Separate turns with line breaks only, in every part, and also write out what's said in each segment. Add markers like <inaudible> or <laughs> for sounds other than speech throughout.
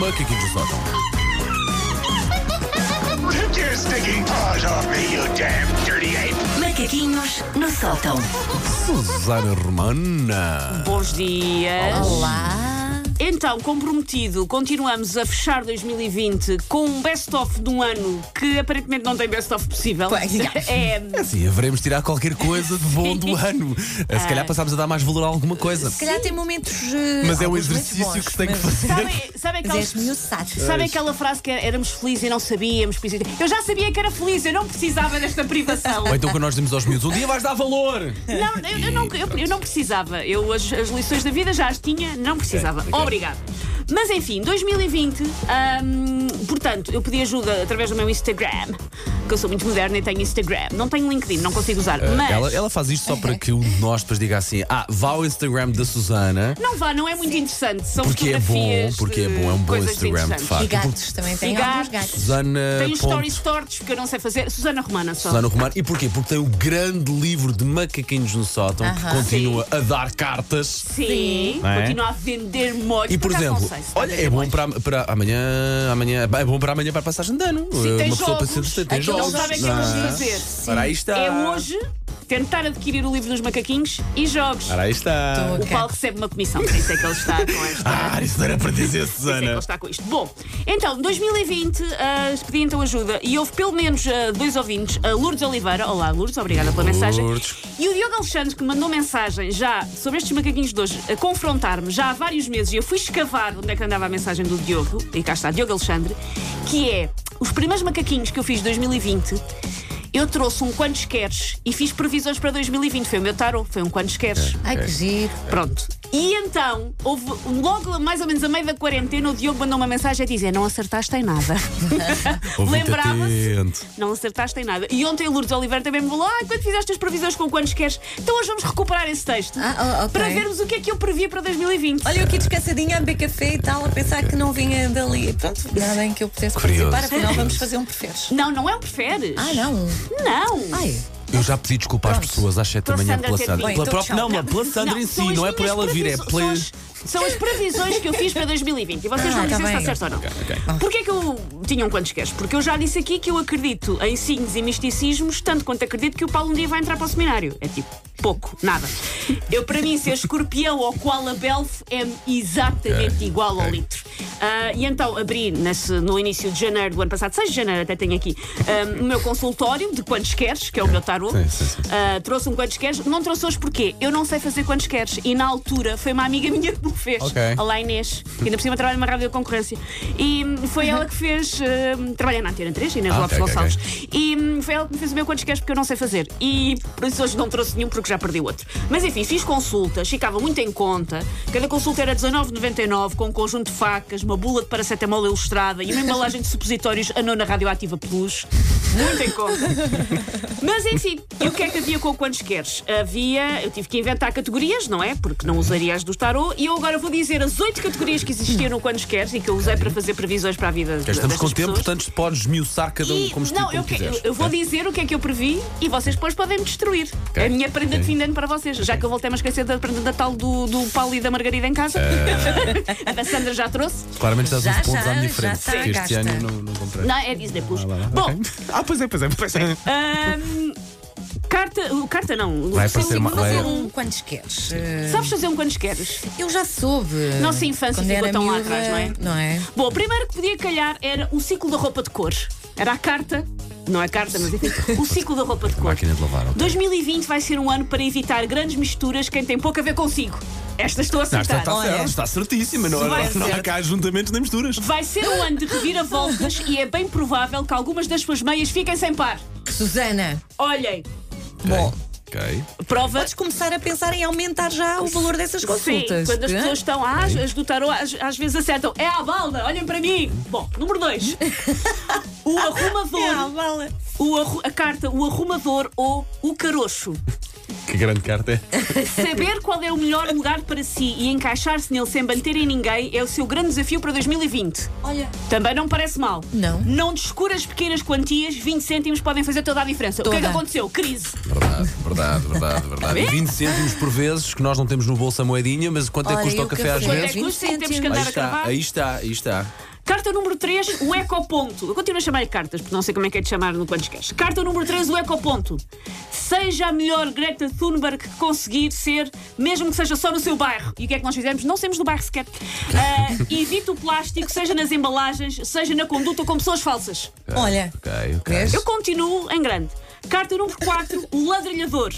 Macaquinhos do sótão.
Take your stinking paws off me, you damn dirty ape!
Macaquinhos no sótão.
Susana Romana.
Bons dias.
Olá.
Então, comprometido, continuamos a fechar 2020 com um best-of de um ano que aparentemente não tem best-of possível.
Pois, digamos.
<laughs> é,
É assim, haveremos tirar qualquer coisa de bom
<laughs>
do ano. Eh, Se calhar passámos a dar mais valor a alguma coisa.
Ah. Se calhar tem momentos. eh,
Mas é um exercício que se tem que fazer.
sabem sabe
Mas és
aquelas-
miuçado.
sabe aquela frase que é, éramos felizes e não sabíamos? Por isso- Eu já sabia que era feliz, eu não precisava desta privação.
Ou então quando nós dizemos aos miúdos, um dia vais dar valor.
Não, eu, eu não, eu, eu não precisava. Eu as, as lições da vida já as tinha, não precisava.
É, Ok, ok.
Obrigada. Mas enfim, 2020, hum, portanto, eu pedi ajuda através do meu Instagram, que eu sou muito moderna e tenho Instagram. Não tenho LinkedIn, não consigo usar.
Eh,
mas
Ela, ela faz isto só para que um de nós depois diga assim: ah, vá ao Instagram da Susana.
não vá, não é muito interessante. São
Porque é bom,
fotografias
porque é
de
bom, é um bom
coisas
Instagram, de
interessantes.
facto.
E gatos também
E
tem
gatos.
alguns gatos.
Susana.
um
Tenho
ponto-
stories tortos que eu não sei fazer. Susana Romana só.
Susana Romano. E porquê? Porque tem o grande livro de macaquinhos no sótão que
Aham.
continua a dar cartas.
Sim,
Não é?
continua a vender molhos.
E por
acaso não
exemplo,
sei se está a
olha,
vender
é bom
molhos.
para, para amanhã, amanhã, é bom para amanhã para a passagem de ano.
Sim,
Eh,
tem
Uma pessoa
jogos.
para se entreter, tem
É que não
jogos.
sabem o que é que
não é?
vamos fazer.
Ora, aí está.
É hoje tentar adquirir o livro dos macaquinhos e jogos.
Ora, aí está.
Tô.
O Paulo recebe uma comissão, por isso é que ele está com esta.
Ah, isso não era para
<laughs>
dizer,
por isso é que ele
Susana.
está com isto. Bom, então, 2020, ah, pedi então ajuda e houve pelo menos ah, dois ouvintes, a Lourdes Oliveira, olá Lourdes, obrigada pela mensagem,
Lourdes.
e o Diogo Alexandre que mandou mensagem já sobre estes macaquinhos de hoje, a confrontar-me já há vários meses, e eu fui escavar onde é que andava a mensagem do Diogo, e cá está, Diogo Alexandre, que é os primeiros macaquinhos que eu fiz de 2020. Eu trouxe um quantos queres e fiz previsões para 2020. Foi o meu tarô, foi um quantos queres.
Ai que giro.
Pronto. E então, houve logo mais ou menos a meio da quarentena, o Diogo mandou uma mensagem a dizer: Não acertaste em nada.
Ouvinte
Lembrava-se.
atento.
Não acertaste em nada. E ontem o Lourdes Oliveira também me falou: Ah, quando fizeste as previsões com quantos queres? Então hoje vamos recuperar esse texto.
Ah, oh, ok.
Para vermos o que é que eu previa para 2020.
Olha, eu aqui descansadinha a beber café e tal, a pensar que não vinha dali. Pronto, nada em que eu pudesse
Curioso,
participar, afinal
curioso.
vamos fazer um preferes.
Não, não é um preferes.
Ah, não.
Não.
Ai.
Eu já pedi desculpa às
Pronto.
pessoas às 7 da
Pela
manhã
Sandra é
pela
ter
Sandra.
vindo.
Pela
Então,
própria-
tchau.
não, pela Sandra em si,
são as
não é por
minhas
ela vir, é
previsões-
pela.
São as, são as previsões que eu fiz para 2020 e vocês
Ah,
vão
tá
dizer se está
bem. Ah.
certo ou não. Porquê é que eu tinha um quantos queres? Porque eu já disse aqui que eu acredito em signos e misticismos, tanto quanto acredito que o Paulo um dia vai entrar para o seminário. É tipo, pouco, nada. Eu, para mim, ser escorpião ou koala belf é exatamente
É,
igual ao litro. Ah, e então abri nesse- no início de janeiro do ano passado, 6 de janeiro até tenho aqui, ah, o meu consultório de quantos queres, que é o meu tarô.
Sim, sim, sim.
Uh, trouxe um quantos queres, não trouxe hoje porquê? Eu não sei fazer quantos queres. E na altura foi uma amiga minha que me fez,
Ok.
a Lá Inês, que ainda por cima trabalha numa rádio de concorrência. E hum, foi ela que fez, hum, trabalha na Antena 3, Inês
Ah,
Lopes
ok, ok,
Gonçalves. E hum, foi ela que me fez o meu quantos queres porque eu não sei fazer. E por isso hoje não trouxe nenhum porque já perdi outro. Mas enfim, fiz consultas, ficava muito em conta. Cada consulta era 19,99 com um conjunto de facas, uma bula de paracetamol ilustrada e uma embalagem de supositórios a nona radioativa plus. Muito em conta. <laughs> Mas enfim, e o que é que havia com quantos queres? Havia, eu tive que inventar categorias, não é? Porque não usaria as do tarô. E eu agora vou dizer as oito categorias que existiam no quantos queres e que eu usei para fazer previsões para a vida de,
Estamos
destas
com tempo,
pessoas.
portanto podes miuçar cada um
E,
como,
não, eu, que-
quiseres.
eu- eu vou dizer o que é que eu previ e vocês depois podem me destruir.
Ok.
A minha prenda
Ok.
de fim de ano para vocês, já que eu voltei a me esquecer da prenda de Natal do, do Paulo e da Margarida em casa.
Eh.
<laughs> a da Sandra já trouxe.
Claramente estás
Já,
uns pontos
já,
à minha
já
frente,
está
porque este
gasta.
ano eu não, não comprei.
Não, é Disney Plus. Bom,
Ok. Ah, pois é, pois é, pois é.
ahm, carta, carta não.
Vai
Sim,
aparecer uma-
número
vai-
um.
Um quantos queres. Eh,
Sabes fazer um quantos queres?
Eu já soube.
Nossa infância
Quando
ficou
era
tão lá
miúda,
atrás, não é?
Não é?
Bom, o primeiro que podia calhar era o ciclo da roupa de cor. Era a carta, não é carta,
<laughs>
mas enfim, o ciclo da roupa de cor.
Máquina de lavar, ok.
2020 vai ser um ano para evitar grandes misturas quem tem pouco a ver consigo. Esta estou a
Não, é está,
acertar.
está,
Olha.
certo, está certíssima, não, é?
Vai
não, não há
certo.
cá juntamentos nem misturas.
Vai ser um ano de reviravoltas e é bem provável que algumas das suas meias fiquem sem par.
Susana,
Olhem,
bom,
Ok.
prova.
podes começar a pensar em aumentar já o valor dessas consultas. é?
Sim, quando as
Hã?
pessoas estão às, as do tarô às, às vezes acertam. É à balda, olhem para mim. Bom, número
<laughs>
2. o
É,
arrumador
ah, vale.
o arru- a carta O Arrumador ou O Carocho.
Que grande carta é.
<laughs>
Saber qual é o melhor lugar para si e encaixar-se nele sem bater em ninguém é o seu grande desafio para 2020.
Olha.
Também não parece mal.
Não.
Não descura as pequenas quantias, 20 cêntimos podem fazer toda a diferença. O que é que
Toda.
aconteceu? Crise.
Verdade, verdade, verdade, verdade. E 20 cêntimos por vezes, que nós não temos no bolso a moedinha, mas quanto é que
Olha,
custa o
eu
café
café
às
com
Quanto é
vezes?
um
que custa? Temos que
cêntimos.
andar
Aí
a
está,
cravar.
aí está, aí está.
Carta número 3, o ecoponto. Eu continuo a chamar-lhe cartas, porque não sei como é que é de chamar no quantos queres. Carta número 3, o ecoponto. Seja a melhor Greta Thunberg que conseguir ser, mesmo que seja só no seu bairro. E o que é que nós fizemos? Não saímos do bairro sequer. Ah, evite o plástico, seja nas embalagens, seja na conduta com pessoas falsas.
Olha.
Ok, ok.
Vês?
Eu continuo em grande. Carta número 4, o ladrilhador.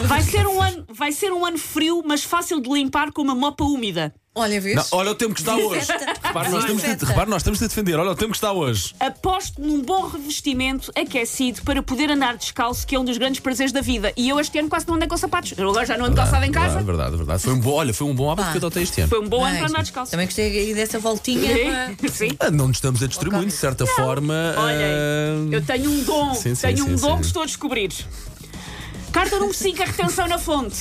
Vai ser, um ano, vai ser um ano frio, mas fácil de limpar com uma mopa úmida.
Olha, vês?
Não, olha o tempo que está hoje. Repare, nós temos de,
Desinfeta.
repare, nós temos de defender. Olha o tempo que está hoje.
Aposto num bom revestimento aquecido para poder andar descalço, que é um dos grandes prazeres da vida. E eu este ano quase não andei com sapatos. Eu agora já não ando calçada em casa.
Verdade, verdade, verdade. Foi um bom, olha, foi um bom hábito
Pá.
que eu adotei este ano.
Foi um bom ano
Ai,
para
é
andar descalço. <laughs>
Também gostei aí dessa voltinha. para-
Sim, <laughs> sim.
Ah, Não nos estamos a destruir muito, de certa forma.
Olhem,
ah,
eu tenho um dom,
Sim, sim,
tenho
sim,
um dom
sim.
que estou a descobrir. Carta número 5, a retenção na fonte.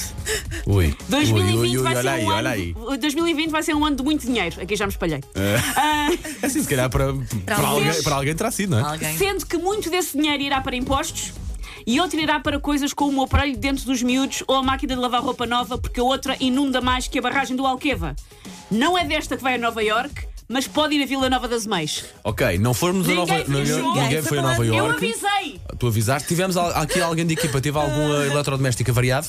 Ui.
2020
Ui, ui, ui,
vai ser
olha aí,
um
olha
ano,
aí. É.
2020 vai ser um ano de muito dinheiro. Aqui já me espalhei. Ah,
Assim, se calhar para, para,
alguns.
alguém, para alguém terá sido, não é?
Alguém.
Sendo que muito desse dinheiro irá para impostos e outro irá para coisas como o aparelho de dentro dos miúdos ou a máquina de lavar roupa nova, porque a outra inunda mais que a barragem do Alqueva. Não é desta que vai a Nova York, mas pode ir a Vila Nova das Meias.
Ok, não formos
Ninguém
a Nova
viajou.
ninguém, ninguém
Ninguém
foi
foi
a
para
Nova
lá.
Eu
York.
avisei!
Tu avisaste, tivemos al- aqui alguém de equipa, teve algum ah, eletrodoméstico avariado?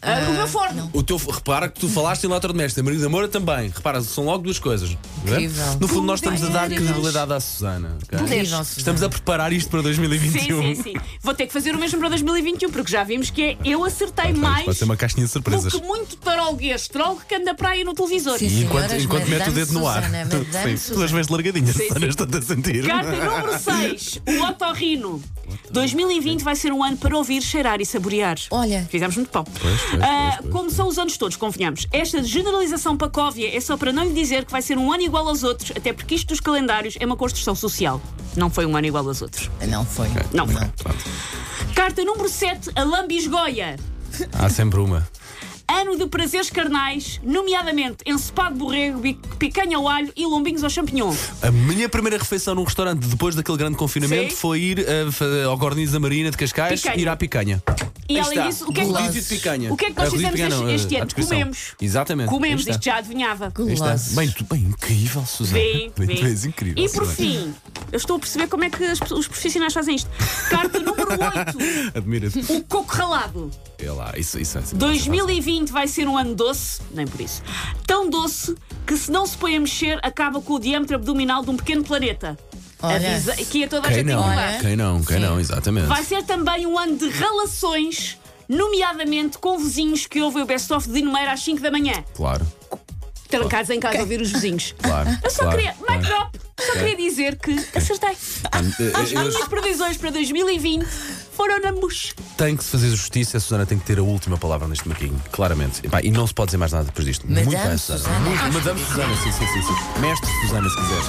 Ah, o meu forno.
O teu, repara que tu falaste em eletrodoméstico, a Maria da Moura também. Repara, são logo duas coisas. não é?
Incrível.
No fundo, nós estamos a dar
Poderes.
credibilidade à Susana. ok?
Poderes.
Estamos a preparar isto para
Sim,
2021.
sim, sim. Vou ter que fazer o mesmo para 2021, porque já vimos que é eu acertei
Portanto,
mais
Pode ser uma caixinha de
do
surpresas.
que muito tarogue e astrologo que anda para aí no televisor.
Sim,
E enquanto,
Senhoras,
enquanto mete o
Madame
dedo no ar.
Susana, Madame
Sim, duas vezes largadinha,
Sim,
Susana,
sim. um.
estou a sentir.
Carta
<laughs>
número 6, o otorrino. 2020 vai ser um ano para ouvir, cheirar e saborear.
Olha.
Fizemos muito pão.
Pois, pois,
Ah,
pois, pois,
como são os anos todos, convenhamos. Esta generalização pacóvia é só para não lhe dizer que vai ser um ano igual aos outros, até porque isto dos calendários é uma construção social. Não foi um ano igual aos outros.
Não foi.
Não.
Pronto.
Carta número 7, a lambisgoia.
Há sempre uma.
Ano de prazeres carnais, nomeadamente ensopado de borrego, bi- picanha ao alho e lombinhos ao champignon.
A minha primeira refeição num restaurante depois daquele grande confinamento
Sim.
foi ir eh, fa- ao Gorniz da Marina de Cascais
Picanha.
e ir à picanha.
E
Aí
além
está.
disso, o que é que nós,
Rodízio de picanha.
o que é que nós
Ah, rodízio de
fizemos
picanha, não,
este, este
eh, à
ano?
descrição.
Comemos.
Exatamente.
Comemos,
Aí
isto
está.
já adivinhava.
Aí está.
Gulosos.
Bem, tu- bem incrível, Susana. <laughs>
Bem,
bem,
bem.
tu és é incrível.
E por
Susana.
fim, eu estou a perceber como é que as- os profissionais fazem isto. Carta
<laughs>
número 8,
Admira-te.
o coco ralado.
É lá, isso, isso, isso.
2020 vai ser um ano doce, nem por isso. Tão doce que se não se põe a mexer, acaba com o diâmetro abdominal de um pequeno planeta.
Olha.
Avisa que a toda a
Quem
gente
não?
ignorar.
Quem não? Quem
Sim.
não? Exatamente.
é? Vai ser também um ano de relações, nomeadamente com vizinhos que ouvem o best-of de Dino Meira às 5 da manhã.
Claro,
Trancados em casa a ouvir os vizinhos.
claro.
Oh, <laughs> Eu só
claro,
queria,
claro.
mic drop, só queria dizer que acertei. As
Hum, eh, Eu- eu-
minhas previsões para 2020 foram na mousse.
Tem que se fazer justiça, a Susana tem que ter a última palavra neste maquinho, claramente. Epá, e não se pode dizer mais nada depois disto.
Madame
Muito bem, Susana.
Susana.
Muito- Madame Susana, sim, sim, sim, sim. Mestre Susana, se quiseres.